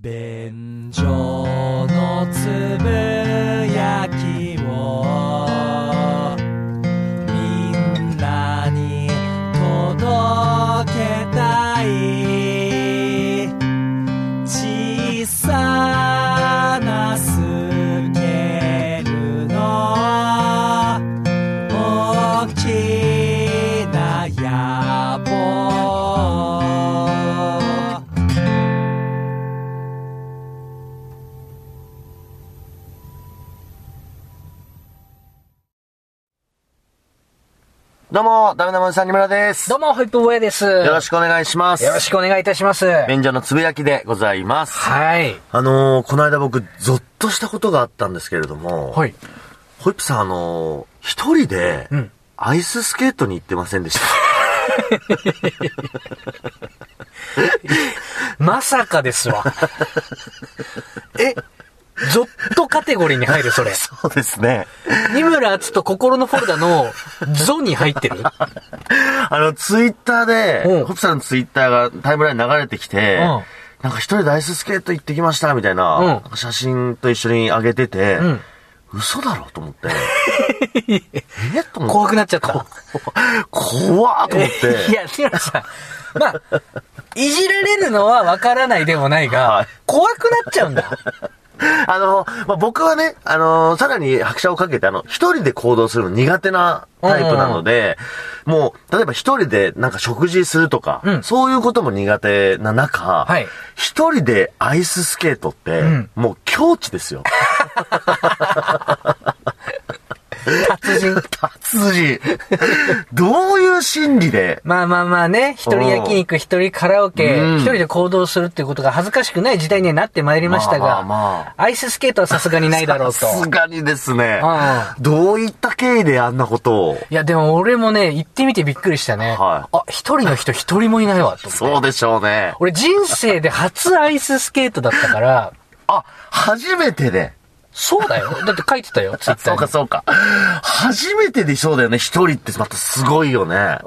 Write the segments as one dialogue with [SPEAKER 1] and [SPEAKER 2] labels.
[SPEAKER 1] 便所のつぶやきをみんなに届けたい小さなスケールの大きな野望
[SPEAKER 2] どうも、ダメダメおじさんにむらです。
[SPEAKER 3] どうも、ホイップウェイです。
[SPEAKER 2] よろ
[SPEAKER 3] よ
[SPEAKER 2] しくお願いします。
[SPEAKER 3] ろしくお願いいたします。
[SPEAKER 2] 便所のつぶやきでございます。
[SPEAKER 3] はい。
[SPEAKER 2] あのー、この間僕、ゾッとしたことがあったんですけれども、
[SPEAKER 3] はい。
[SPEAKER 2] ホイップさん、あのー、一人で
[SPEAKER 3] うん、
[SPEAKER 2] アイススケートに行ってませんでした。
[SPEAKER 3] まさかです わ。え、ゾッとカテゴリーに入る、 それ。
[SPEAKER 2] そうですね。
[SPEAKER 3] ニムラーツと心のフォルダのゾに入ってる
[SPEAKER 2] あの、ツイッターで、
[SPEAKER 3] うん
[SPEAKER 2] ホイップさんのツイッターがタイムラインに流れてきて、
[SPEAKER 3] うん
[SPEAKER 2] なんか一人でアイススケート行ってきました、みたいな、
[SPEAKER 3] うん
[SPEAKER 2] なんか写真と一緒に上げてて、
[SPEAKER 3] うん
[SPEAKER 2] 嘘だろと思 って。えと思って。
[SPEAKER 3] 怖くなっちゃった。
[SPEAKER 2] 怖っと思って。
[SPEAKER 3] いや、ニムラさん。まあ、いじられるのはわからないでもない
[SPEAKER 2] はい
[SPEAKER 3] が、怖くなっちゃうんだ。
[SPEAKER 2] あの、まあ、僕はね、あのさらに拍車をかけて、あの、一人で行動するの苦手なタイプなので、もう、例えば一人でなんか食事するとか、
[SPEAKER 3] うん
[SPEAKER 2] そういうことも苦手な中、
[SPEAKER 3] はい
[SPEAKER 2] 一人でアイススケートって、
[SPEAKER 3] ん
[SPEAKER 2] もう境地ですよ。
[SPEAKER 3] 達人。
[SPEAKER 2] 達人。どういう心理で、
[SPEAKER 3] まあまあまあね、一人焼肉、一人カラオケ、
[SPEAKER 2] うん
[SPEAKER 3] 一人で行動するっていうことが恥ずかしくない時代にはなってまいりました
[SPEAKER 2] まあ
[SPEAKER 3] が、
[SPEAKER 2] まあま
[SPEAKER 3] アイススケートはさすがにないだろうと
[SPEAKER 2] さ。すがにですね、
[SPEAKER 3] う
[SPEAKER 2] どういった経緯であんなことを、
[SPEAKER 3] いや、でも俺もね、行ってみてびっくりしたね。
[SPEAKER 2] は
[SPEAKER 3] あ、一人の人一人もいないわ、と思って
[SPEAKER 2] そうでしょうね。
[SPEAKER 3] 俺人生で初アイススケートだったから、
[SPEAKER 2] あ、初めてで、
[SPEAKER 3] そうだよ。だって書いて たよ、ツイッタ
[SPEAKER 2] そうか
[SPEAKER 3] ー
[SPEAKER 2] そうか。初めてでそうだよね。一人ってまたすごいよね。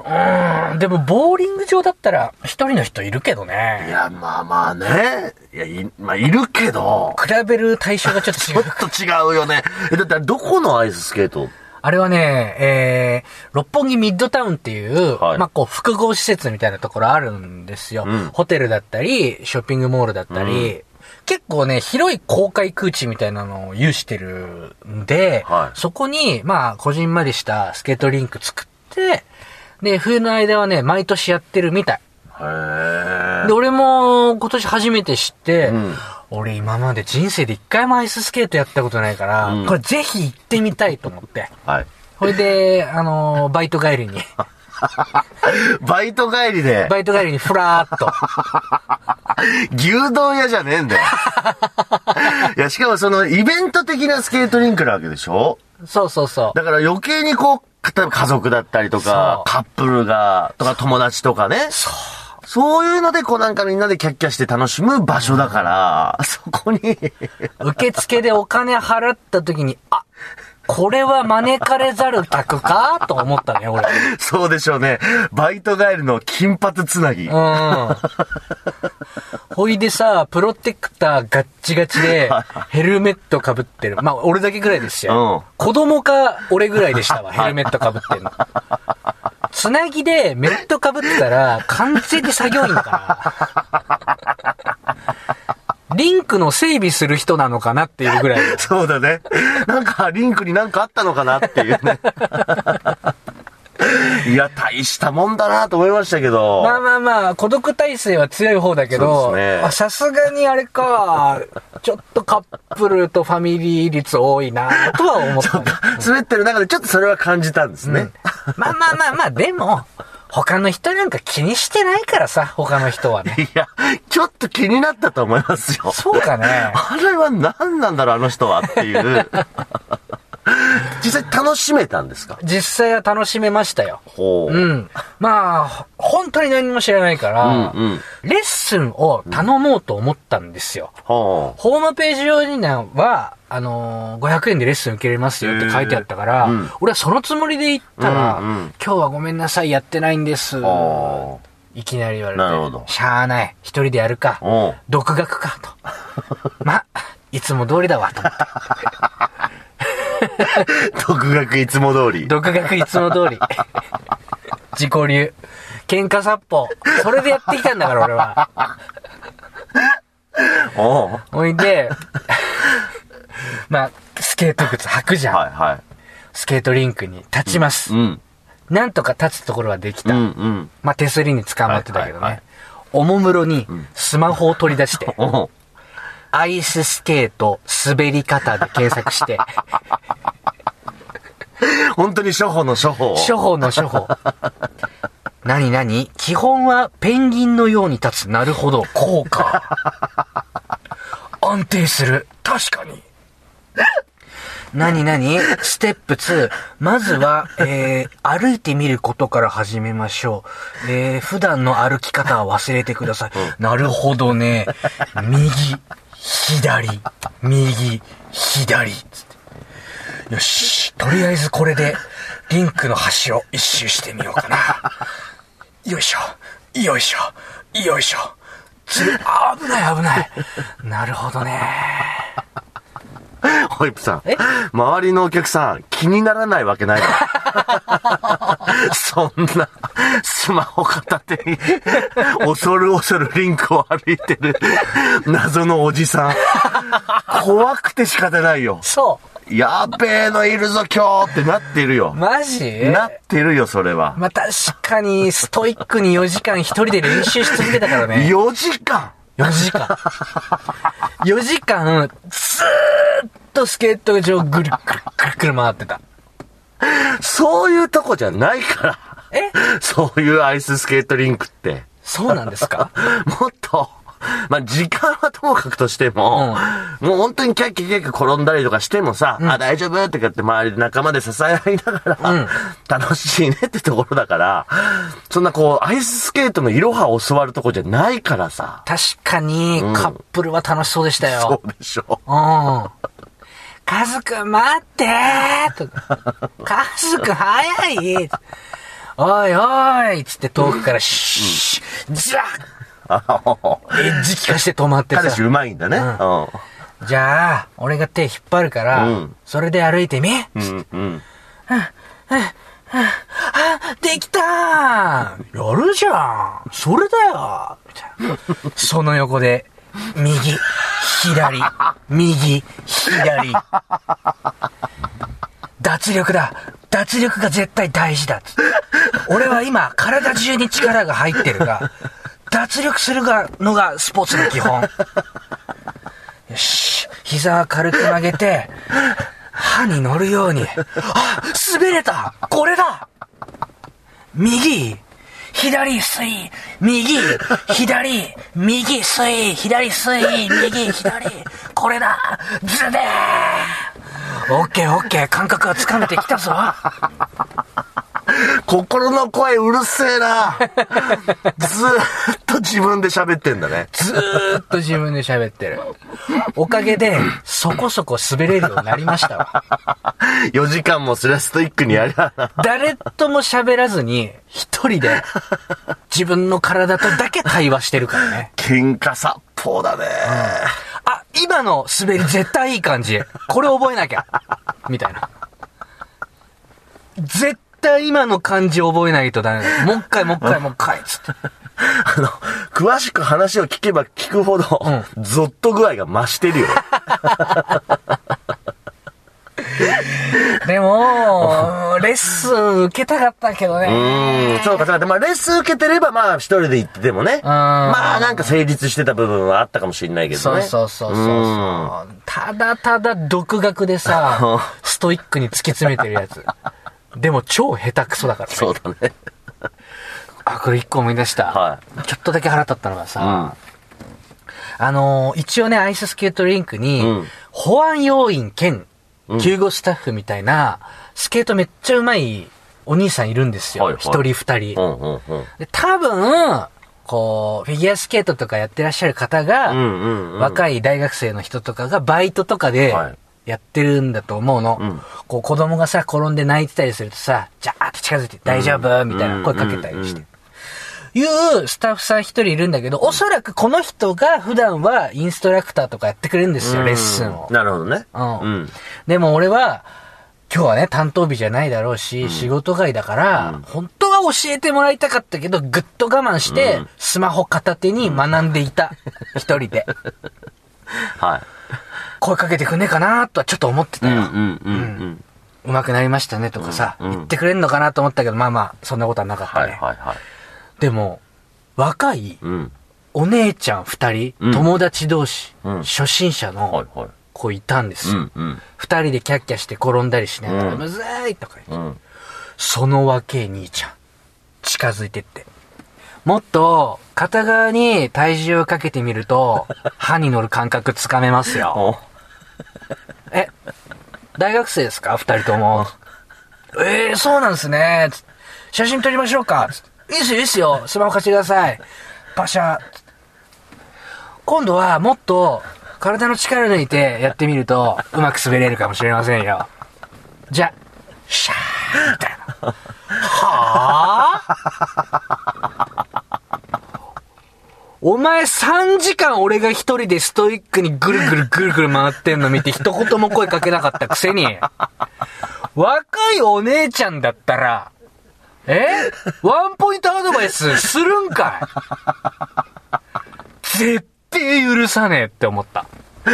[SPEAKER 3] に。でも、ボーリング場だったら、一人の人いるけど
[SPEAKER 2] い
[SPEAKER 3] ね。
[SPEAKER 2] や、まあまあね。いや、い、まあいるけど、
[SPEAKER 3] 比べる対象がちょっと
[SPEAKER 2] ちょ
[SPEAKER 3] 違
[SPEAKER 2] っ
[SPEAKER 3] う。
[SPEAKER 2] と違うよね。え、だってどこのアイススケート
[SPEAKER 3] あれはね、えー、六本木ミッドタウンっていう、
[SPEAKER 2] はい
[SPEAKER 3] まあ、こう、複合施設みたいなところあるんですよ。
[SPEAKER 2] うん
[SPEAKER 3] ホテルだったり、ショッピングモールだったり、結構ね、広い公開空地みたいなのを有してるんで、
[SPEAKER 2] はい
[SPEAKER 3] そこに、まあ、こじんまりしたスケートリンク作って、で、冬の間はね、毎年やってるみたい。
[SPEAKER 2] へえ
[SPEAKER 3] で、。俺も今年初めて知って、
[SPEAKER 2] うん
[SPEAKER 3] 俺今まで人生で一回もアイススケートやったことないから、
[SPEAKER 2] うん
[SPEAKER 3] これぜひ行ってみたいと思って。
[SPEAKER 2] はい。
[SPEAKER 3] ほいで、あのーバイト帰りに、
[SPEAKER 2] バイト帰りで、
[SPEAKER 3] バイト帰りにふらーっと。
[SPEAKER 2] 牛丼屋じゃねえんだよ。いや、しかもそのイベント的なスケートリンクなわけでしょ
[SPEAKER 3] そうそうそう。
[SPEAKER 2] だから余計にこう、例えば家族だったりと
[SPEAKER 3] そう、
[SPEAKER 2] かカップルが、とか友達とかね。そう。いうので、こうなんかみんなでキャッキャして楽しむ場所だから、そこに、
[SPEAKER 3] 受付でお金払った時に、あ、これは招かれざる客かと思ったね、俺。
[SPEAKER 2] そうでしょうね。バイト帰りの金髪つなぎ。
[SPEAKER 3] うん。ほいでさ、プロテクターガッチガチで、ヘルメット被ってる。まあ、俺だけぐらいですよ。
[SPEAKER 2] う
[SPEAKER 3] 子供か、俺ぐらいでしたわ、ヘルメット被ってんの。つなぎでメット被ってたら、完全に作業員かな。リンクの整備する人なのかなっていうぐらい。
[SPEAKER 2] そうだね。なんか、リンクになんかあったのかなってい うね。いや、大したもんだなと思いましたけど。
[SPEAKER 3] まあまあまあ、孤独体制は強い方だけ
[SPEAKER 2] そう
[SPEAKER 3] ど、
[SPEAKER 2] ですね
[SPEAKER 3] あさすがにあれ か、ちょっとカップルとファミリー率多いな、とは 思ったね、
[SPEAKER 2] 滑ってる中でちょっとそれは感じたんですね。
[SPEAKER 3] まあまあまあまあ、でも、他の人なんか気にしてないからさ、他の人は ね。
[SPEAKER 2] いや、ちょっと気になったと思いますよ。
[SPEAKER 3] そうかね。
[SPEAKER 2] あれは何なんだろう、あの人はっていう。 実際楽しめたんですか
[SPEAKER 3] 実際は楽しめましたよ。
[SPEAKER 2] ほう。
[SPEAKER 3] う。ん。まあ、ほ本当に何も知らないか
[SPEAKER 2] うん
[SPEAKER 3] ら、
[SPEAKER 2] うん。
[SPEAKER 3] レッスンを頼もうと思ったんですよ。
[SPEAKER 2] ほ
[SPEAKER 3] ホームページ上には、あのー500円でレッスン受けれますよって書いてあったから、
[SPEAKER 2] へーうん
[SPEAKER 3] 俺はそのつもりで行ったら、
[SPEAKER 2] うんうん
[SPEAKER 3] 今日はごめんなさい、やってないんです
[SPEAKER 2] う。。ほう。
[SPEAKER 3] いきなり言われて。
[SPEAKER 2] なるほど
[SPEAKER 3] しゃあない。一人でやるか
[SPEAKER 2] うん。
[SPEAKER 3] 独学かと。ま、いつも通りだわ、と思って。
[SPEAKER 2] 独学いつも通り。
[SPEAKER 3] 独学いつも 通り。自己流。喧嘩殺法。それでやってきたんだから、俺は。
[SPEAKER 2] おうは
[SPEAKER 3] おい で、まあ、スケート靴履くじ
[SPEAKER 2] い
[SPEAKER 3] ゃん。
[SPEAKER 2] は
[SPEAKER 3] スケートリンクに立ちます。
[SPEAKER 2] い。うん。
[SPEAKER 3] なんとか立つところはでき
[SPEAKER 2] う
[SPEAKER 3] た。
[SPEAKER 2] んうん。
[SPEAKER 3] まあ、手すりに捕まってたけどね。
[SPEAKER 2] はいはいはい
[SPEAKER 3] おもむろにスマホを取り出 して、
[SPEAKER 2] おう
[SPEAKER 3] アイススケート滑り方で検索して、
[SPEAKER 2] 本当に初歩の初歩を。
[SPEAKER 3] 処方の処方。何何基本はペンギンのように立つ。なるほど。こうか。安定する。確かに。何何ステップ2。まずは、えー、歩いてみることから始めましょう。えー、普段の歩き方は忘れてください。なるほどね。右、左、右、左。つってよし、とりあえずこれで、リンクの端を一周してみようかな。よいしょ、よいしょ、よいしょ。つる、あ危ない危ない。なるほどね。
[SPEAKER 2] ホイップさん。周りのお客さん、気にならないわけないだろ。そんな、スマホ片手に、恐る恐るリンクを歩いてる、謎のおじさん。怖くて仕方ないよ。
[SPEAKER 3] そ
[SPEAKER 2] やべえのいるぞ今日ってなってるよ
[SPEAKER 3] う。。マジ
[SPEAKER 2] なってるよ、それは。
[SPEAKER 3] まあ、確かに、ストイックに4時間一人で練習し続けたからね。
[SPEAKER 2] 4時間
[SPEAKER 3] 4時間。4時間、ずーっとスケート場をぐるぐるぐるぐる回ってた。
[SPEAKER 2] そういうとこじゃないから。
[SPEAKER 3] え
[SPEAKER 2] そういうアイススケートリンクって。
[SPEAKER 3] そうなんですか
[SPEAKER 2] もっと、まあ、時間はともかくとしても、もう本当にキャッキャキャッキャ転んだりとかしてもさ、あ、大丈夫ってかって周りで仲間で支え合いながら、楽しいねってところだから、そんなこう、アイススケートのいろはを教わるとこじゃないからさ、
[SPEAKER 3] 確かに、カップルは楽しそうでしたよ。
[SPEAKER 2] そうでしょ。
[SPEAKER 3] うん。カズくん待ってーとか、カズくん早いおいおいつって遠くからシュッ、じゃあエッジ効かして止まって
[SPEAKER 2] 彼氏
[SPEAKER 3] さ。
[SPEAKER 2] うまいんだね。
[SPEAKER 3] じゃあ、俺が手引っ張るから、
[SPEAKER 2] うん
[SPEAKER 3] それで歩いてみ
[SPEAKER 2] うん。うん、うん。
[SPEAKER 3] あ、できたーやるじゃんそれだよみたいな。その横で、右、左、右、左。脱力だ脱力が絶対大事だつって俺は今、体中に力が入ってるが、脱力するがのがスポーツの基本。よし、膝は軽く曲げて、歯に乗るように。あ滑れたこれだ右、左、水、右、左、右、水、左、水、右、左、これだズデーオッケーオッケー感覚がつかめてきたぞ
[SPEAKER 2] 心の声うるせえなずーっと自分で喋ってんだね。
[SPEAKER 3] ずーっと自分で喋ってる。おかげで、そこそこ滑れるようになりましたわ。
[SPEAKER 2] 4時間もそれはストイックにやりゃあな。
[SPEAKER 3] 誰とも喋らずに、一人で、自分の体とだけ対話してるからね。
[SPEAKER 2] 喧嘩殺法だね。
[SPEAKER 3] あ、今の滑り絶対いい感じ。これ覚えなきゃ。みたいな。絶対今の感じ覚えないとダメだ。もう一回もう一回もう一回。つって。
[SPEAKER 2] あの、詳しく話を聞けば聞くほど、ゾッと具合が増してるよ。
[SPEAKER 3] でも、レッスン受けたかったけど
[SPEAKER 2] う
[SPEAKER 3] ね。
[SPEAKER 2] ーん、そうか、そうか。でまあ、レッスン受けてれば、まあ、一人で行っててもね。まあ、なんか成立してた部分はあったかもしれないけど
[SPEAKER 3] そう
[SPEAKER 2] ね。
[SPEAKER 3] そうそうそう
[SPEAKER 2] う
[SPEAKER 3] そう。ただただ独学でさ、ストイックに突き詰めてるやつ。でも超下手くそだからね。
[SPEAKER 2] そうだね。
[SPEAKER 3] あ、これ一個思い出した。
[SPEAKER 2] は
[SPEAKER 3] ちょっとだけ腹立ったのがさ、
[SPEAKER 2] うん。
[SPEAKER 3] あのー一応ね、アイススケートリンクに、
[SPEAKER 2] うん
[SPEAKER 3] 保安要員兼、救護スタッフみたいな、スケートめっちゃうまいお兄さんいるんです
[SPEAKER 2] はい
[SPEAKER 3] よ。
[SPEAKER 2] はい
[SPEAKER 3] 一、人二
[SPEAKER 2] う
[SPEAKER 3] 人。
[SPEAKER 2] んうんうん。
[SPEAKER 3] で多分、こう、フィギュアスケートとかやってらっしゃる方が、
[SPEAKER 2] うんうんうん。
[SPEAKER 3] 若い大学生の人とかがバイトとかで
[SPEAKER 2] はい、
[SPEAKER 3] やってるんだと思うの、
[SPEAKER 2] ん
[SPEAKER 3] こう子供がさ、転んで泣いてたりするとさ、じゃあって近づいて、大丈夫みたいな声かけたりして。いうスタッフさん一人いるんだけど、おそらくこの人が普段はインストラクターとかやってくれるんですよ、レッスンを。
[SPEAKER 2] なるほどね。
[SPEAKER 3] うん
[SPEAKER 2] うん。
[SPEAKER 3] でも俺は、今日はね、担当日じゃないだろうし、仕事外だから、本当は教えてもらいたかったけど、ぐっと我慢して、スマホ片手に学んでいた。一人で。
[SPEAKER 2] はい。
[SPEAKER 3] 声かけてくんねえかなとはちょっと思ってた
[SPEAKER 2] うんう
[SPEAKER 3] よ。
[SPEAKER 2] んうんうん。
[SPEAKER 3] うまくなりましたねとかさ、
[SPEAKER 2] うんうん
[SPEAKER 3] 言ってくれんのかなと思ったけど、まあまあ、そんなことはなかった
[SPEAKER 2] はい
[SPEAKER 3] ね。
[SPEAKER 2] はいはい。
[SPEAKER 3] でも、若い
[SPEAKER 2] うん。
[SPEAKER 3] お姉ちゃん二人、
[SPEAKER 2] うん
[SPEAKER 3] 友達同士、
[SPEAKER 2] うん
[SPEAKER 3] 初心者
[SPEAKER 2] はい
[SPEAKER 3] の
[SPEAKER 2] はい。
[SPEAKER 3] 子いたんです
[SPEAKER 2] う
[SPEAKER 3] よ。
[SPEAKER 2] んうん。
[SPEAKER 3] 二、人でキャッキャして転んだりしながら、
[SPEAKER 2] うん
[SPEAKER 3] むずーいとか言って。
[SPEAKER 2] うん。
[SPEAKER 3] その若え兄ちゃん、近づいてって。もっと、片側に体重をかけてみると、歯に乗る感覚つかめますよ。
[SPEAKER 2] お
[SPEAKER 3] え、大学生ですか二人とも。 ええー、そうなんですね。つ写真撮りましょうか。ついいっすよ、いいっすよ。スマホ貸してください。パシャ。つ今度はもっと体の力抜いてやってみると、うまく滑れるかもしれませんよ。じゃ、シャーみたいな。はあお前3時間俺が一人でストイックにぐるぐるぐるぐる回ってんの見て一言も声かけなかったくせに、若いお姉ちゃんだったら、えワンポイントアドバイスするんかい絶対許さねえって思った。
[SPEAKER 2] あ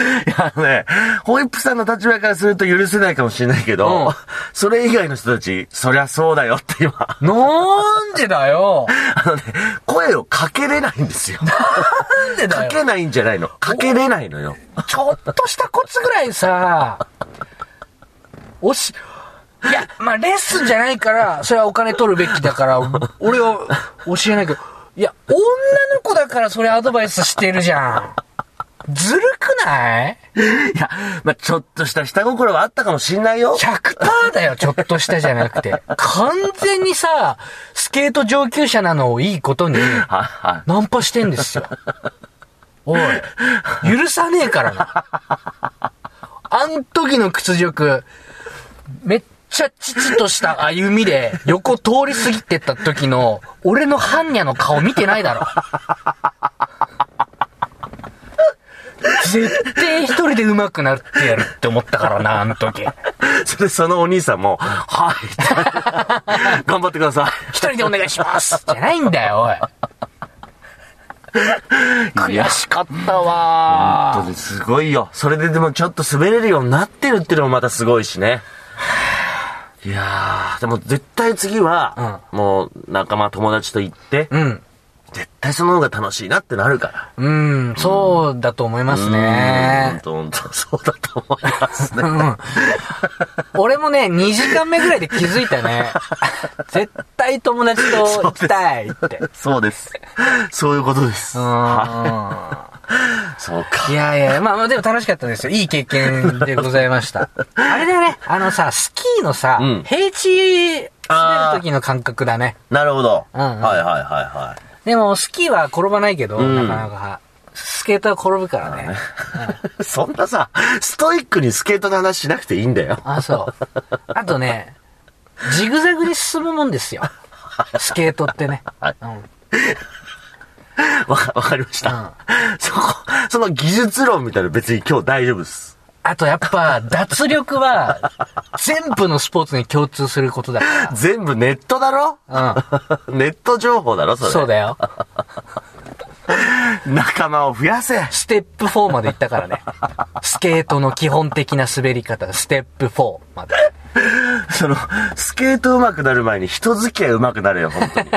[SPEAKER 2] のね、ホイップさんの立場からすると許せないかもしれないけど、
[SPEAKER 3] うん
[SPEAKER 2] それ以外の人たち、そりゃそうだよって今、あ
[SPEAKER 3] なんでだよ
[SPEAKER 2] のね、声をかけれないんですよ。
[SPEAKER 3] なんでだ
[SPEAKER 2] か
[SPEAKER 3] よ
[SPEAKER 2] けないんじゃないの。かけれないのよ。
[SPEAKER 3] ちょっとしたコツぐらいさ、おし、いや、まあ、レッスンじゃないから、それはお金取るべきだから、俺は教えないけど、いや、女の子だからそれアドバイスしてるじゃん。ずるくない
[SPEAKER 2] いや、まあ、ちょっとした下心はあったかもしんないよ。
[SPEAKER 3] ?100% だよ、ちょっとしたじゃなくて。完全にさ、スケート上級者なのをいいことに、
[SPEAKER 2] はいはい。
[SPEAKER 3] ナンパしてんですよ。おい、許さねえからな。あん時の屈辱、めっちゃチチとした歩みで横通り過ぎてった時の、俺の般若の顔見てないだろ。絶対一人で上手くなってやるって思ったからな、あの時。
[SPEAKER 2] それそのお兄さんも、はいって。頑張ってくださ
[SPEAKER 3] 一人でお願いしますじゃないんだよ、おい。
[SPEAKER 2] い。いや
[SPEAKER 3] 悔、しかったわ
[SPEAKER 2] 本当にすごいよ。それででもちょっと滑れるようになってるっていうのもまたすごいしね。いやー、でも絶対次は、もう仲間友達と行って、
[SPEAKER 3] うん。
[SPEAKER 2] 絶対その方が楽しいなってなるから。
[SPEAKER 3] うん、そうだと思います
[SPEAKER 2] うん
[SPEAKER 3] ね。
[SPEAKER 2] 本当本当そうだと思います ね。
[SPEAKER 3] 俺もね、2時間目ぐらいで気づいた ね。絶対友達と行きたいって。
[SPEAKER 2] そうです。そういうことです。
[SPEAKER 3] うん。
[SPEAKER 2] そうか。
[SPEAKER 3] いやいや、まあまあでも楽しかったですよ。いい経験でございました。 あれだね、あのさ、スキーのさ、
[SPEAKER 2] うん
[SPEAKER 3] 平地滑る時の感覚だね。
[SPEAKER 2] なるほど。
[SPEAKER 3] うんうん
[SPEAKER 2] はいはいはいはい。
[SPEAKER 3] でも、スキーは転ばないけど、
[SPEAKER 2] ん
[SPEAKER 3] なかなか。スケートは転ぶからね。
[SPEAKER 2] そんなさ、ストイックにスケートの話しなくていいんだよ。
[SPEAKER 3] あ、そう。あとね、ジグザグに進むもんですよ。スケートってね。
[SPEAKER 2] はい
[SPEAKER 3] うん
[SPEAKER 2] わか、わかりました。そこ、その技術論みたいなの別に今日大丈夫です。
[SPEAKER 3] あとやっぱ、 脱力は、全部のスポーツに共通することだか
[SPEAKER 2] 全部ネットだろ
[SPEAKER 3] ら。
[SPEAKER 2] ネット情報だろそ
[SPEAKER 3] うん。
[SPEAKER 2] れ。
[SPEAKER 3] そうだよ。
[SPEAKER 2] 仲間を増やせ。
[SPEAKER 3] ステップ4まで行ったからね。スケートの基本的な滑り方、ステップ4まで。
[SPEAKER 2] その、スケート上手くなる前に人付き合い上手くなれよ、本 当に。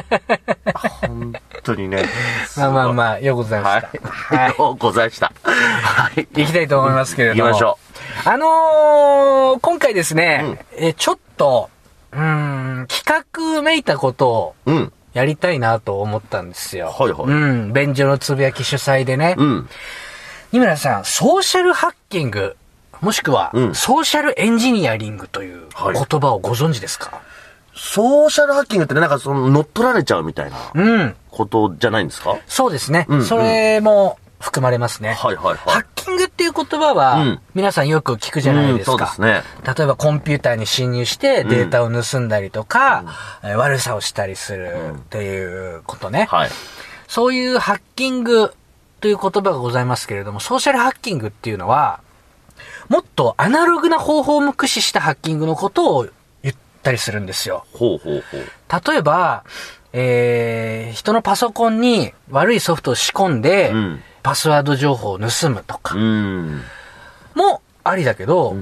[SPEAKER 2] 本当にね。
[SPEAKER 3] まあまあまあ、ようございま
[SPEAKER 2] は
[SPEAKER 3] し
[SPEAKER 2] い
[SPEAKER 3] た。。
[SPEAKER 2] あり がとうございました。はい。
[SPEAKER 3] 行きたいと思いますけれども。
[SPEAKER 2] 行きましょ
[SPEAKER 3] う。あのー、今回ですね、えちょっと、うーん、企画めいたことを
[SPEAKER 2] うん。
[SPEAKER 3] やりたいなと思ったんですよ。
[SPEAKER 2] はいはい
[SPEAKER 3] うん、便所のつぶやき主催でね。
[SPEAKER 2] うん。
[SPEAKER 3] 二村さん、ソーシャルハッキング、もしくは、
[SPEAKER 2] うん
[SPEAKER 3] ソーシャルエンジニアリングという
[SPEAKER 2] はい
[SPEAKER 3] 言葉をご存知ですか、
[SPEAKER 2] ソーシャルハッキングってねなんかその乗っ取られちゃうみたいな
[SPEAKER 3] うん。
[SPEAKER 2] ことじゃないんですか
[SPEAKER 3] そうですね。
[SPEAKER 2] うん
[SPEAKER 3] それも含まれますね。
[SPEAKER 2] はいはいはい
[SPEAKER 3] ハッキングっていう言葉は、
[SPEAKER 2] うん
[SPEAKER 3] 皆さんよく聞くじゃないですか。
[SPEAKER 2] うんそうですね
[SPEAKER 3] 例えばコンピューターに侵入してデータを盗んだりとか、えー悪さをしたりするっていうことね。
[SPEAKER 2] はい。
[SPEAKER 3] そういうハッキングという言葉がございますけれども、ソーシャルハッキングっていうのは、もっとアナログな方法も駆使したハッキングのことを言ったりするんですよ。
[SPEAKER 2] ほうほうほう。
[SPEAKER 3] 例えば、えー、人のパソコンに悪いソフトを仕込んで、
[SPEAKER 2] うん
[SPEAKER 3] パスワード情報を盗むと
[SPEAKER 2] う
[SPEAKER 3] か
[SPEAKER 2] ん。
[SPEAKER 3] もありだけど、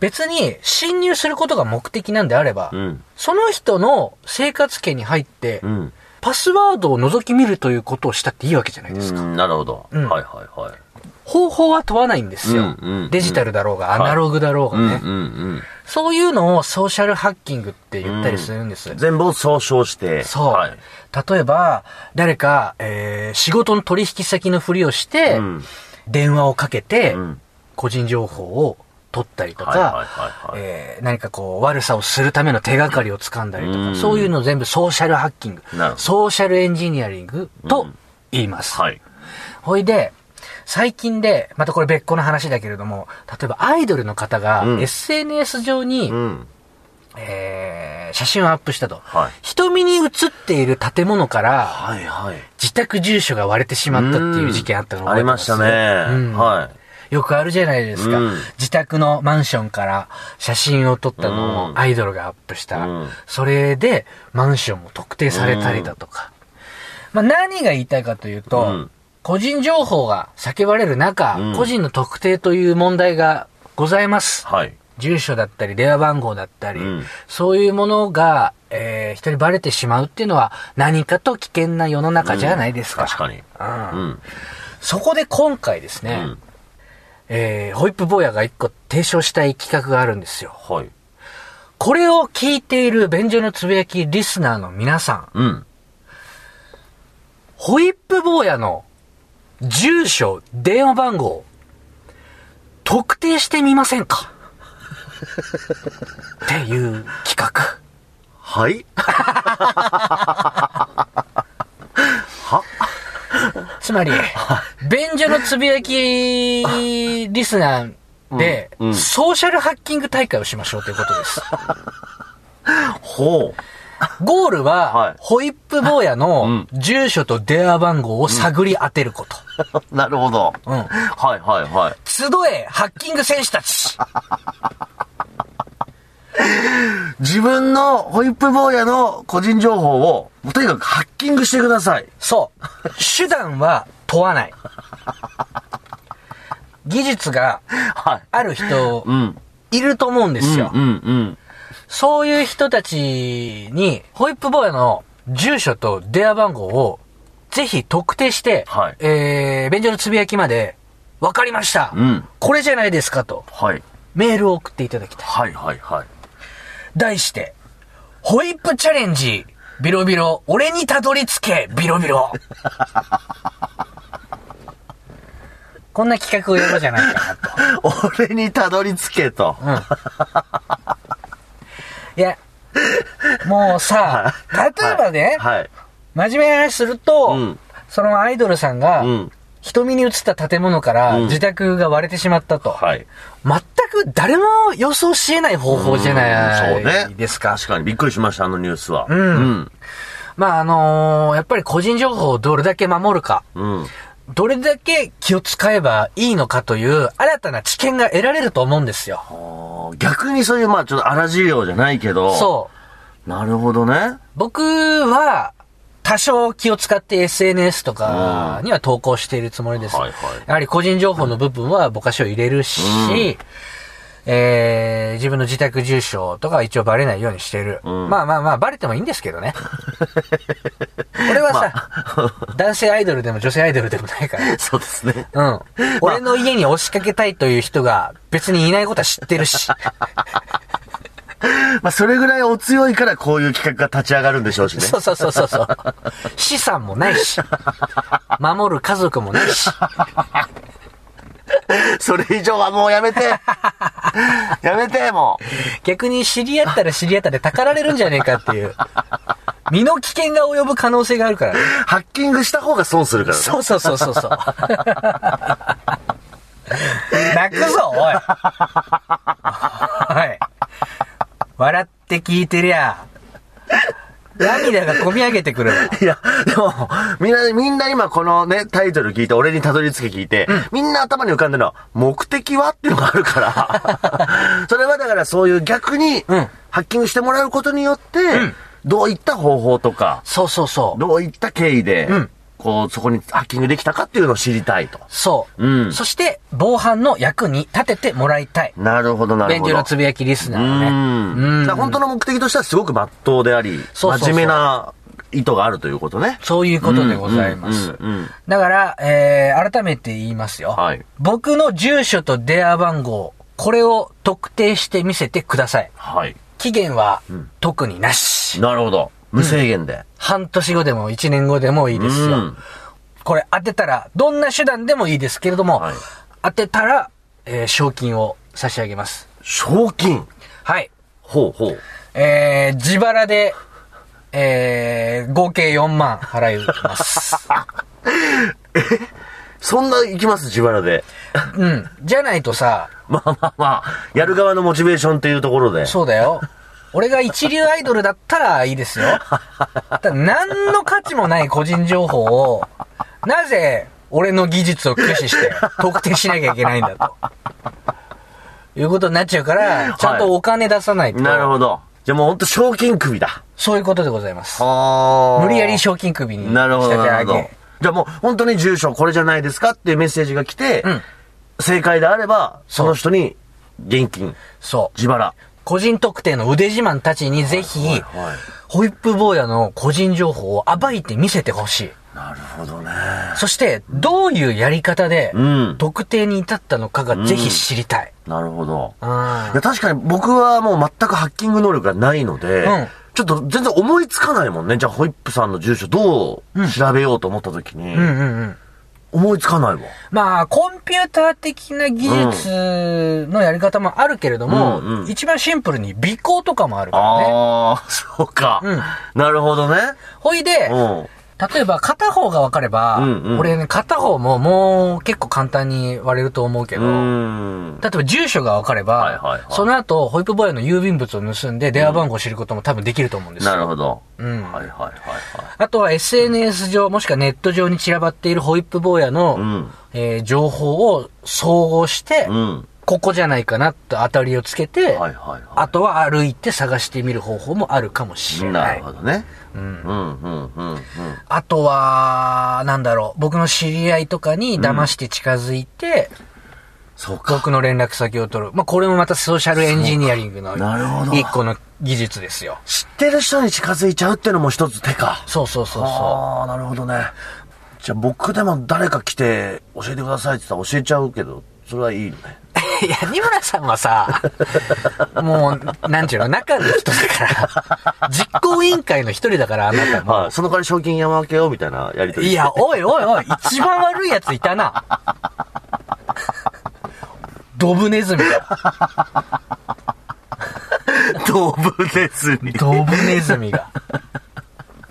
[SPEAKER 3] 別に侵入することが目的なんであれば、
[SPEAKER 2] うん。
[SPEAKER 3] その人の生活圏に入って、
[SPEAKER 2] うん。
[SPEAKER 3] パスワードを覗き見るということをしたっていいわけじゃないですか。
[SPEAKER 2] うんなるほど。
[SPEAKER 3] うん
[SPEAKER 2] はいはいはい。
[SPEAKER 3] 方法は問わないんですよ。
[SPEAKER 2] うんうん
[SPEAKER 3] デジタルだろうが、ア
[SPEAKER 2] い
[SPEAKER 3] ナログだろう
[SPEAKER 2] う
[SPEAKER 3] がね、
[SPEAKER 2] んうん
[SPEAKER 3] そういうのをソーシャルハッキングって言ったりするんです。
[SPEAKER 2] うん。全部を総称して。
[SPEAKER 3] そう。
[SPEAKER 2] はい。
[SPEAKER 3] 例えば、誰か、えー仕事の取引先のふりをして、
[SPEAKER 2] うん
[SPEAKER 3] 電話をかけて、
[SPEAKER 2] ん
[SPEAKER 3] 個人情報を取ったりと
[SPEAKER 2] はいはい
[SPEAKER 3] か、
[SPEAKER 2] はいはい
[SPEAKER 3] えー何かこう、悪さをするための手がかりを掴んだりとか、
[SPEAKER 2] うん
[SPEAKER 3] そういうのを全部ソーシャルハッキング
[SPEAKER 2] なるほ、ど
[SPEAKER 3] ソーシャルエンジニアリングと言います。
[SPEAKER 2] はい。
[SPEAKER 3] ほいで、最近で、またこれ別個の話だけれども、例えばアイドルの方が
[SPEAKER 2] うん
[SPEAKER 3] SNS 上に、
[SPEAKER 2] うん。
[SPEAKER 3] えー写真をアップしたと。
[SPEAKER 2] はい
[SPEAKER 3] 瞳に映っている建物から、
[SPEAKER 2] はいはい。
[SPEAKER 3] 自宅住所が割れてしまったっていう事件あったの
[SPEAKER 2] あ
[SPEAKER 3] 覚え
[SPEAKER 2] り
[SPEAKER 3] て
[SPEAKER 2] ましたね。
[SPEAKER 3] うん
[SPEAKER 2] はい。
[SPEAKER 3] よくあるじゃないですか、
[SPEAKER 2] うん
[SPEAKER 3] 自宅のマンションから写真を撮ったの
[SPEAKER 2] う
[SPEAKER 3] を
[SPEAKER 2] ん
[SPEAKER 3] アイドルがアップした。
[SPEAKER 2] うん
[SPEAKER 3] それで、マンションも特定されたりだとか。まあ、何が言いたいかというと、
[SPEAKER 2] うん
[SPEAKER 3] 個人情報が叫ばれる中、
[SPEAKER 2] うん
[SPEAKER 3] 個人の特定という問題がございます。
[SPEAKER 2] はい。
[SPEAKER 3] 住所だったり、電話番号だったり、
[SPEAKER 2] うん
[SPEAKER 3] そういうものが、えー人にバレてしまうっていうのは何かと危険な世の中じゃないですか。
[SPEAKER 2] 確かに。
[SPEAKER 3] うん
[SPEAKER 2] うん。
[SPEAKER 3] そこで今回ですね、
[SPEAKER 2] うん
[SPEAKER 3] えーホイップ坊やが一個提唱したい企画があるんですよ。
[SPEAKER 2] はい。
[SPEAKER 3] これを聞いている便所のつぶやきリスナーの皆さん、
[SPEAKER 2] うん。
[SPEAKER 3] ホイップ坊やの住所、電話番号、特定してみませんかっていう企画。
[SPEAKER 2] はい
[SPEAKER 3] つまり、便所のつぶやきリスナーで、
[SPEAKER 2] うんうん
[SPEAKER 3] ソーシャルハッキング大会をしましょうということです。
[SPEAKER 2] ほう。
[SPEAKER 3] ゴールは、
[SPEAKER 2] はい
[SPEAKER 3] ホイップ坊やの住所と電話番号を探り当てること。
[SPEAKER 2] なるほど。
[SPEAKER 3] うん
[SPEAKER 2] はいはいはい。
[SPEAKER 3] 集え、ハッキング選手たち
[SPEAKER 2] 自分のホイップ坊やの個人情報を、とにかくハッキングしてください。
[SPEAKER 3] そう。手段は問わない。技術が
[SPEAKER 2] はい。
[SPEAKER 3] ある人
[SPEAKER 2] う、ん。
[SPEAKER 3] いると思うんですよ。
[SPEAKER 2] うんうん。
[SPEAKER 3] そういう人たちに、ホイップ坊やの住所と電話番号を、ぜひ特定して、
[SPEAKER 2] はい
[SPEAKER 3] えー、便所のつぶやきまで、わかりました、
[SPEAKER 2] うん
[SPEAKER 3] これじゃないですかと、
[SPEAKER 2] はい。
[SPEAKER 3] メールを送っていただきたい。
[SPEAKER 2] はいはいはい。
[SPEAKER 3] 題して、ホイップチャレンジ、ビロビロ、俺にたどり着け、ビロビロ。 こんな企画をやろうじゃないかなと。
[SPEAKER 2] 俺にたどり着けと。
[SPEAKER 3] いや、もうさ、例えばね、
[SPEAKER 2] はい。
[SPEAKER 3] 真面目な話すると、
[SPEAKER 2] うん
[SPEAKER 3] そのアイドルさんが、
[SPEAKER 2] うん
[SPEAKER 3] 瞳に映った建物から
[SPEAKER 2] うん
[SPEAKER 3] 自宅が割れてしまったと。
[SPEAKER 2] はい。
[SPEAKER 3] 全く誰も予想し得ない方法じゃな
[SPEAKER 2] うん
[SPEAKER 3] いですか。。
[SPEAKER 2] 確かにびっくりしました、あのニュースは。うん
[SPEAKER 3] まああのーやっぱり個人情報をどれだけ守るか、
[SPEAKER 2] うん。うん。
[SPEAKER 3] どれだけ気を使えばいいのかという新たな知見が得られると思うんですよ。
[SPEAKER 2] あー逆にそういう、まあちょっと荒事業じゃないけど。
[SPEAKER 3] そう。
[SPEAKER 2] う。なるほどね。
[SPEAKER 3] 僕は、多少気を使って SNS とかには投稿しているつもりです。
[SPEAKER 2] はいはい
[SPEAKER 3] やはり個人情報の部分はぼかしを入れるし、えー、自分の自宅住所とかは一応バレないようにしている。まあまあまあ、バレてもいいんですけど ね。俺はさ、男性アイドルでも女性アイドルでもないから。
[SPEAKER 2] そうですね。
[SPEAKER 3] うん。 俺の家に押しかけたいという人が別にいないことは知ってる し。
[SPEAKER 2] まあそれぐらいお強いからこういう企画が立ち上がるんでしょうしね。
[SPEAKER 3] そうそうそうそうそう。資産もないし、守る家族もないし。
[SPEAKER 2] それ以上はもうや めてやめてもう
[SPEAKER 3] 逆に知り合ったら知り合ったでたかられるんじゃねえかっていう。身の危険が及ぶ可能性があるからね。
[SPEAKER 2] ハッキングした方が損するからね。
[SPEAKER 3] そうそうそうそうそう。 泣くぞ、おい。おい。笑って聞いてりゃ、涙がこみ上げてくるわ。
[SPEAKER 2] いや、でも、みんな、みんな今このね、タイトル聞いて、俺にたどり着き聞いて、みんな頭に浮かんでるのは、目的はっていうのがあ るから、それはだからそういう逆に、
[SPEAKER 3] うん
[SPEAKER 2] ハッキングしてもらうことによって、どういった方法とか、
[SPEAKER 3] そうそうそう。
[SPEAKER 2] どういった経緯で、
[SPEAKER 3] ん
[SPEAKER 2] こう、そこにハッキングできたかっていうのを知りたいと。
[SPEAKER 3] そう。
[SPEAKER 2] うん
[SPEAKER 3] そして、防犯の役に立ててもらいたい。
[SPEAKER 2] なるほど、なる
[SPEAKER 3] 便
[SPEAKER 2] ほど。
[SPEAKER 3] 所のつぶやきリスナー
[SPEAKER 2] う
[SPEAKER 3] のね。
[SPEAKER 2] ん。だから本当の目的としてはすごく真っ当であり、
[SPEAKER 3] そうそうそう
[SPEAKER 2] 真面目な意図があるということね。
[SPEAKER 3] そういうことでございます
[SPEAKER 2] うんうんうん。
[SPEAKER 3] だから、えー、改めて言いますよ。
[SPEAKER 2] はい
[SPEAKER 3] 僕の住所と電話番号、これを特定して見せてください。
[SPEAKER 2] はい。
[SPEAKER 3] 期限は特になし。
[SPEAKER 2] なるほど。無制限で。
[SPEAKER 3] 半年後でも1年後でもいいですよ。
[SPEAKER 2] うん
[SPEAKER 3] これ当てたら、どんな手段でもいいですけれども、
[SPEAKER 2] はい
[SPEAKER 3] 当てたら、えー賞金を差し上げます。
[SPEAKER 2] 賞金。
[SPEAKER 3] はい。
[SPEAKER 2] ほうほう。
[SPEAKER 3] えー、自腹で、えー、合計4万払い ます。
[SPEAKER 2] そんな行きます自腹で。
[SPEAKER 3] うん。じゃないとさ、
[SPEAKER 2] まあまあまあ、やる側のモチベーションっていうところで。
[SPEAKER 3] そうだよ。俺が一流アイドルだったらいいですよ。ただ何の価値もない個人情報を、なぜ俺の技術を駆使して特定しなきゃいけないんだと。いうことになっちゃうから、ちゃんとお金出さないと。
[SPEAKER 2] なるほど。じゃあもうほんと賞金首だ。
[SPEAKER 3] そういうことでございます。
[SPEAKER 2] は
[SPEAKER 3] 無理やり賞金首に仕
[SPEAKER 2] なるほ
[SPEAKER 3] 立
[SPEAKER 2] ど、
[SPEAKER 3] て
[SPEAKER 2] な
[SPEAKER 3] 上
[SPEAKER 2] るほど
[SPEAKER 3] げ。。
[SPEAKER 2] じゃあもう本当に住所これじゃないですかっていうメッセージが来て、
[SPEAKER 3] うん
[SPEAKER 2] 正解であれば、
[SPEAKER 3] そう
[SPEAKER 2] その人に現金、
[SPEAKER 3] そう。
[SPEAKER 2] 自腹。
[SPEAKER 3] 個人特定の腕自慢たちにぜひ、
[SPEAKER 2] はい。
[SPEAKER 3] ホイップ坊やの個人情報を暴いて見せてほしい。
[SPEAKER 2] なるほどね。
[SPEAKER 3] そして、どういうやり方で
[SPEAKER 2] うん、
[SPEAKER 3] 特定に至ったのかがぜひ知りたい。
[SPEAKER 2] なるほど。
[SPEAKER 3] うん
[SPEAKER 2] いや、確かに僕はもう全くハッキング能力がないので、
[SPEAKER 3] うん
[SPEAKER 2] ちょっと全然思いつかないもんね。じゃあ、ホイップさんの住所どう調べようと思った時に、
[SPEAKER 3] うんうんうん。
[SPEAKER 2] 思いつかないもん。
[SPEAKER 3] まあ、コンピューター的な技術のやり方もあるけれども、
[SPEAKER 2] うんうん
[SPEAKER 3] 一番シンプルに尾行とかもあるからね。
[SPEAKER 2] ああ、そうか、
[SPEAKER 3] う
[SPEAKER 2] なるほどね。
[SPEAKER 3] ほいで、
[SPEAKER 2] うん。
[SPEAKER 3] 例えば片方が分かれば、
[SPEAKER 2] うんうん
[SPEAKER 3] 俺ね、片方ももう結構簡単に割れると思うけど、
[SPEAKER 2] うーん。
[SPEAKER 3] 例えば住所が分かれば、
[SPEAKER 2] はいはいはい
[SPEAKER 3] その後、ホイップボーイの郵便物を盗んで電話番号を知ることも多分できると思うんですよ。
[SPEAKER 2] なるほど。
[SPEAKER 3] うん
[SPEAKER 2] はいはいはいはい。
[SPEAKER 3] あとは SNS 上、もしくはネット上に散らばっているホイップ坊やの、
[SPEAKER 2] うん
[SPEAKER 3] えー情報を総合して、
[SPEAKER 2] うん。
[SPEAKER 3] ここじゃないかなと当たりをつけて、
[SPEAKER 2] はいはいはい。
[SPEAKER 3] あとは歩いて探してみる方法もあるかもしれ
[SPEAKER 2] な
[SPEAKER 3] な
[SPEAKER 2] る
[SPEAKER 3] い
[SPEAKER 2] ほ。どね。うん。うんうんうんうん。
[SPEAKER 3] あとは、なんだろう、僕の知り合いとかに騙して近づいて、
[SPEAKER 2] そうか。
[SPEAKER 3] 僕の連絡先を取る。まあ、これもまたソーシャルエンジニアリングの
[SPEAKER 2] そうかなるほど
[SPEAKER 3] 一個の技術ですよ。
[SPEAKER 2] 知ってる人に近づいちゃうってのも一つ手か。
[SPEAKER 3] そうそうそうそ
[SPEAKER 2] ああ、なるほどね。じゃあ僕でも誰か来て教えてくださいって言ったら教えちゃうけど、それはいいね。
[SPEAKER 3] う。いや、二村さんはさ、 もう、なんていうの、中の人だから、実行委員会の一人だから、あなたも。
[SPEAKER 2] はい。その代わり賞金山分けよ、みたいなや りとり。
[SPEAKER 3] いや、おいおいおい、一番悪いやついた な。ドブネズミだよ。
[SPEAKER 2] 動物ですに。
[SPEAKER 3] ドブネズミが。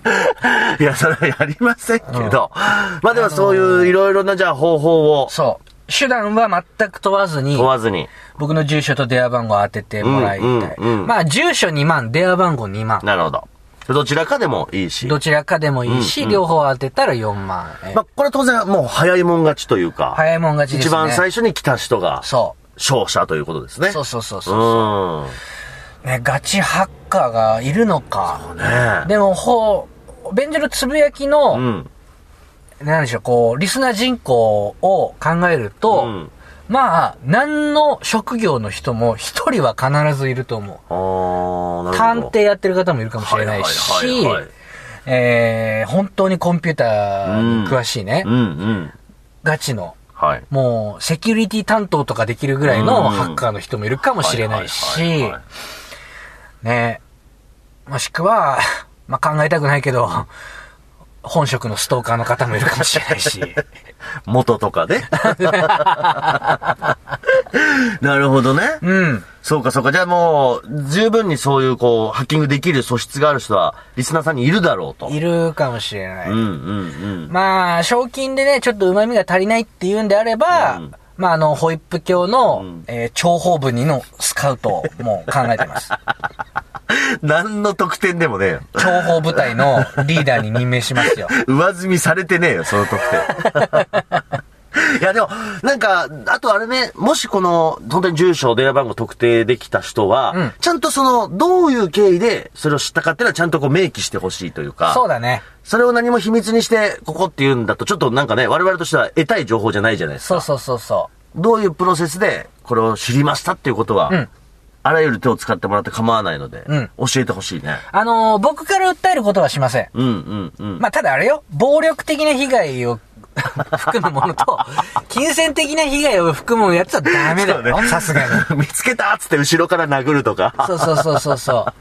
[SPEAKER 2] いや、それはやりませんけど。まあでもそういういろいろな、じゃあ方法を
[SPEAKER 3] そう。手段は全く問わずに
[SPEAKER 2] 問、わずに。
[SPEAKER 3] 僕の住所と電話番号を当ててもらいたい。
[SPEAKER 2] うんうんうん
[SPEAKER 3] まあ、住所2万、電話番号2万。
[SPEAKER 2] なるほど。どちらかでもいいし。
[SPEAKER 3] どちらかでもいいし、両方当てたら4万円。
[SPEAKER 2] まあこれ当然もう早いもん勝ちというか。
[SPEAKER 3] 早いもん勝ちですね。
[SPEAKER 2] 一番最初に来た人が
[SPEAKER 3] そ
[SPEAKER 2] 勝者ということですね。
[SPEAKER 3] う。そうそうそうそうう。
[SPEAKER 2] ん。
[SPEAKER 3] ね、ガチハッカーがいるのか。
[SPEAKER 2] ね
[SPEAKER 3] でも、ほう、ベンジルつぶやきの、
[SPEAKER 2] え。うん。
[SPEAKER 3] なんでしょう、こう、リスナー人口を考えると、
[SPEAKER 2] うん
[SPEAKER 3] まあ、何の職業の人も一人は必ずいると思う。
[SPEAKER 2] あー、なるほど。
[SPEAKER 3] 探偵やってる方もいるかもしれない
[SPEAKER 2] はいはい
[SPEAKER 3] し
[SPEAKER 2] はいはい、
[SPEAKER 3] えー、本当にコンピューターに詳しいね、
[SPEAKER 2] うんうん。
[SPEAKER 3] ガチの、
[SPEAKER 2] はい。
[SPEAKER 3] もう、セキュリティ担当とかできるぐらい
[SPEAKER 2] うん
[SPEAKER 3] のハッカーの人もいるかもしれない
[SPEAKER 2] はは
[SPEAKER 3] し
[SPEAKER 2] は、
[SPEAKER 3] ね、もしくは、 まあ、考えたくないけど、 本職のストーカーの 方もいるかもしれないし。
[SPEAKER 2] い元とかね。なるほどね。
[SPEAKER 3] うん。
[SPEAKER 2] そうかそうか。じゃあもう、十分にそういうこう、ハッキングできる素質がある人は、リスナーさんにいるだろうと。
[SPEAKER 3] いるかもしれない。
[SPEAKER 2] うんうん
[SPEAKER 3] まあ、賞金でね、ちょっと旨味が足りないっていうんであれば、
[SPEAKER 2] うん
[SPEAKER 3] まあ、あの、ホイップ教の、
[SPEAKER 2] ん
[SPEAKER 3] えー諜報部にのスカウトをもう考えて ます。
[SPEAKER 2] うん。何の得点でもねえよ。
[SPEAKER 3] 諜報部隊のリーダーに任命します よ。
[SPEAKER 2] 上積みされてねえよ、その得 点。いや、でも、なんか、あとあれね、もしこの、本当に住所、電話番号特定できた人は、
[SPEAKER 3] うん
[SPEAKER 2] ちゃんとその、どういう経緯でそれを知ったかっていうのはちゃんとこう明記してほしいというか、
[SPEAKER 3] そうだね。
[SPEAKER 2] それを何も秘密にして、ここっていうんだと、ちょっとなんかね、我々としては得たい情報じゃないじゃないですか。
[SPEAKER 3] そうそうそうそ
[SPEAKER 2] どういうプロセスでこれを知りましたっていうことは、
[SPEAKER 3] ん
[SPEAKER 2] あらゆる手を使ってもらって構わないので、
[SPEAKER 3] うん
[SPEAKER 2] 教えてほしいね。
[SPEAKER 3] う。あのー僕から訴えることはしません。
[SPEAKER 2] うんうんうん。
[SPEAKER 3] まあ、ただあれよ、暴力的な被害を含むもの と、金銭的な被害を含むやつはダメだ
[SPEAKER 2] そう
[SPEAKER 3] よ。
[SPEAKER 2] ね
[SPEAKER 3] さすがに。
[SPEAKER 2] 見つけたっつって後ろから殴るとか。
[SPEAKER 3] そうそうそうそうそう。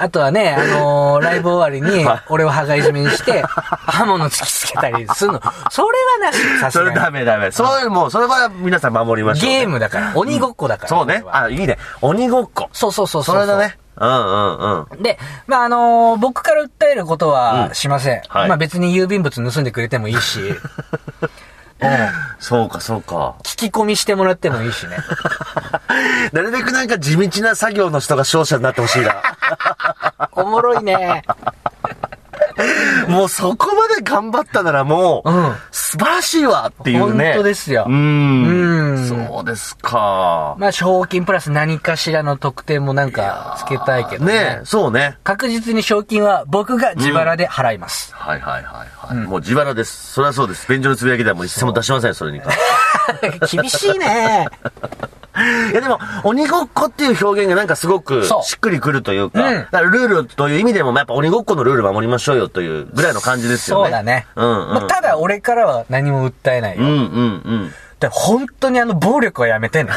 [SPEAKER 3] あとはね、あ のーライブ終わりに
[SPEAKER 2] はい、
[SPEAKER 3] 俺を羽交い締めにして、刃物突きつけたりするの。それはなし、さす
[SPEAKER 2] そ
[SPEAKER 3] が
[SPEAKER 2] れ
[SPEAKER 3] に。
[SPEAKER 2] ダメダメ。そういう、もう、それは皆さん守りましょうね、
[SPEAKER 3] ゲームだから。鬼ごっこだから。
[SPEAKER 2] そうね
[SPEAKER 3] こ。れは
[SPEAKER 2] あ、いいね。鬼ごっこ。
[SPEAKER 3] そうそうそう
[SPEAKER 2] それだね。。うんうんうん。
[SPEAKER 3] で、まあ、あのー僕から訴えることはしません。
[SPEAKER 2] はい
[SPEAKER 3] まあ、別に郵便物盗んでくれてもいい し、うん
[SPEAKER 2] そうかそうか。
[SPEAKER 3] 聞き込みしてもらってもいいしね。
[SPEAKER 2] なるべくなんか地道な作業の人が勝者になってほしいな。
[SPEAKER 3] おもろいね。
[SPEAKER 2] もうそこまで頑張ったならもう、
[SPEAKER 3] うん
[SPEAKER 2] 素晴らしいわっていうね。
[SPEAKER 3] 本当ですよ
[SPEAKER 2] うーん。
[SPEAKER 3] うん
[SPEAKER 2] そうですか。
[SPEAKER 3] まあ、賞金プラス何かしらの特典もなんかつけたいけどね。
[SPEAKER 2] ねえ、そうね。
[SPEAKER 3] 確実に賞金は僕が自腹で払います。
[SPEAKER 2] はいはいはいはい。もう自腹です。それはそうです。便所のつぶやきではもう一銭も出しません、それに 関して。
[SPEAKER 3] 厳しい ね。
[SPEAKER 2] いやでも、鬼ごっこっていう表現がなんかすごく
[SPEAKER 3] そう
[SPEAKER 2] しっくりくるというか、
[SPEAKER 3] うん
[SPEAKER 2] だからルールという意味でも、まあやっぱ鬼ごっこのルール守りましょうよというぐらいの感じですよね。
[SPEAKER 3] そうだね。
[SPEAKER 2] うん、うん。
[SPEAKER 3] まあ、ただ俺からは何も訴えないよ。
[SPEAKER 2] うんうんうん。
[SPEAKER 3] だから本当にあの暴力はやめてね。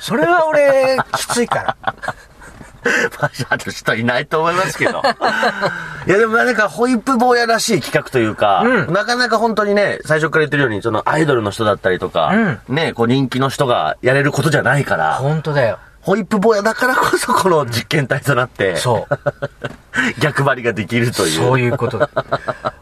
[SPEAKER 3] それは俺、きつい から。
[SPEAKER 2] まあ、あと人いないと思いますけど。 いや、でもなんか、ホイップ坊やらしい企画というか、
[SPEAKER 3] うん
[SPEAKER 2] なかなか本当にね、最初から言ってるように、そのアイドルの人だったりとか、ね、こう人気の人がやれることじゃないから、
[SPEAKER 3] 本当だよ。
[SPEAKER 2] ホイップ坊やだからこそこの実験体となって、
[SPEAKER 3] そう。
[SPEAKER 2] 逆張りができるという。
[SPEAKER 3] そういう ことだ。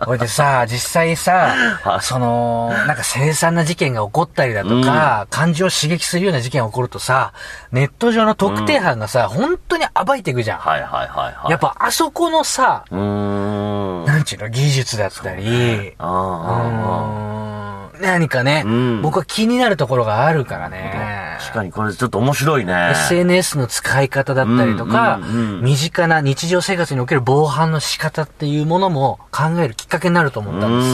[SPEAKER 3] ほいでさ、実際さ
[SPEAKER 2] は、い
[SPEAKER 3] その、なんか凄惨な事件が起こったりだとか、感情を刺激するような事件が起こるとさ、ネット上の特定班がさ、本当に暴いていくじゃん。
[SPEAKER 2] はいはいはいはい。
[SPEAKER 3] やっ。ぱあそこのさ、
[SPEAKER 2] う ーん。
[SPEAKER 3] なんちゅうの、技術だったり、
[SPEAKER 2] ああ。
[SPEAKER 3] うーん何かね、
[SPEAKER 2] うん
[SPEAKER 3] 僕は気になるところがあるからね。
[SPEAKER 2] 確かにこれちょっと面白いね。
[SPEAKER 3] SNS の使い方だったりとか、
[SPEAKER 2] うんうんうん
[SPEAKER 3] 身近な日常生活における防犯の仕方っていうものも考えるきっかけになると思ったんで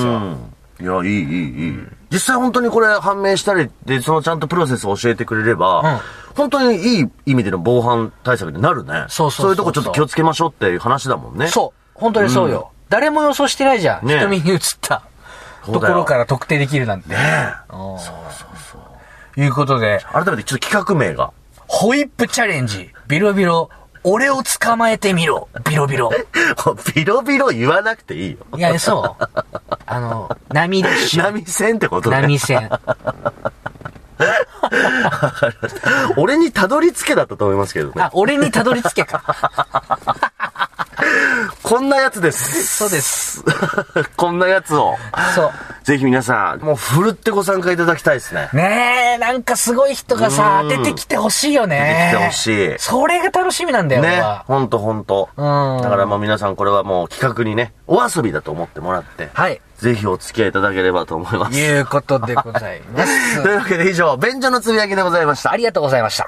[SPEAKER 3] すよ。
[SPEAKER 2] うん。いや、いい、いい、いい。実際本当にこれ判明したりで、そのちゃんとプロセスを教えてくれれば、本当にいい意味での防犯対策になるね。
[SPEAKER 3] そうそうそうそう
[SPEAKER 2] いうとこちょっと気をつけましょうっていう話だもんね。
[SPEAKER 3] そう。本当にそうよ。誰も予想してないじゃん。
[SPEAKER 2] ねえ
[SPEAKER 3] 瞳に映った
[SPEAKER 2] そう
[SPEAKER 3] とこ
[SPEAKER 2] だよ
[SPEAKER 3] ろから特定できるなんて。
[SPEAKER 2] ねえ
[SPEAKER 3] そうそうそう。いうことで、
[SPEAKER 2] 改めてちょっと企画名が。
[SPEAKER 3] ホイップチャレンジ、ビロビロ、俺を捕まえてみろ、ビロビロ。
[SPEAKER 2] もうビロビロ言わなくていいよ。
[SPEAKER 3] いや、そう。あの、波でしょ。
[SPEAKER 2] 波線ってことね。
[SPEAKER 3] 波線。
[SPEAKER 2] 俺にたどり着けだったと思いますけどね。
[SPEAKER 3] あ、俺にたどり着けか。
[SPEAKER 2] こんなやつです。
[SPEAKER 3] そうです。
[SPEAKER 2] こんなやつを。
[SPEAKER 3] そ
[SPEAKER 2] ぜひ皆さん、もうふるってご参加いただきたいですね
[SPEAKER 3] う。。ねえ、なんかすごい人がさ
[SPEAKER 2] う、ん
[SPEAKER 3] 出てきてほしいよね。
[SPEAKER 2] 出てきてほしい
[SPEAKER 3] それが楽しみなんだよ、俺
[SPEAKER 2] ね
[SPEAKER 3] は。。
[SPEAKER 2] ほんとほんと。
[SPEAKER 3] うん
[SPEAKER 2] だからもう皆さんこれはもう企画にね、お遊びだと思ってもらって、
[SPEAKER 3] はい。
[SPEAKER 2] ぜひお付き合いいただければと思います。
[SPEAKER 3] いうことでございます
[SPEAKER 2] と。いうわけで以上、便所のつぶやきでございました
[SPEAKER 3] あ。りがとうございました。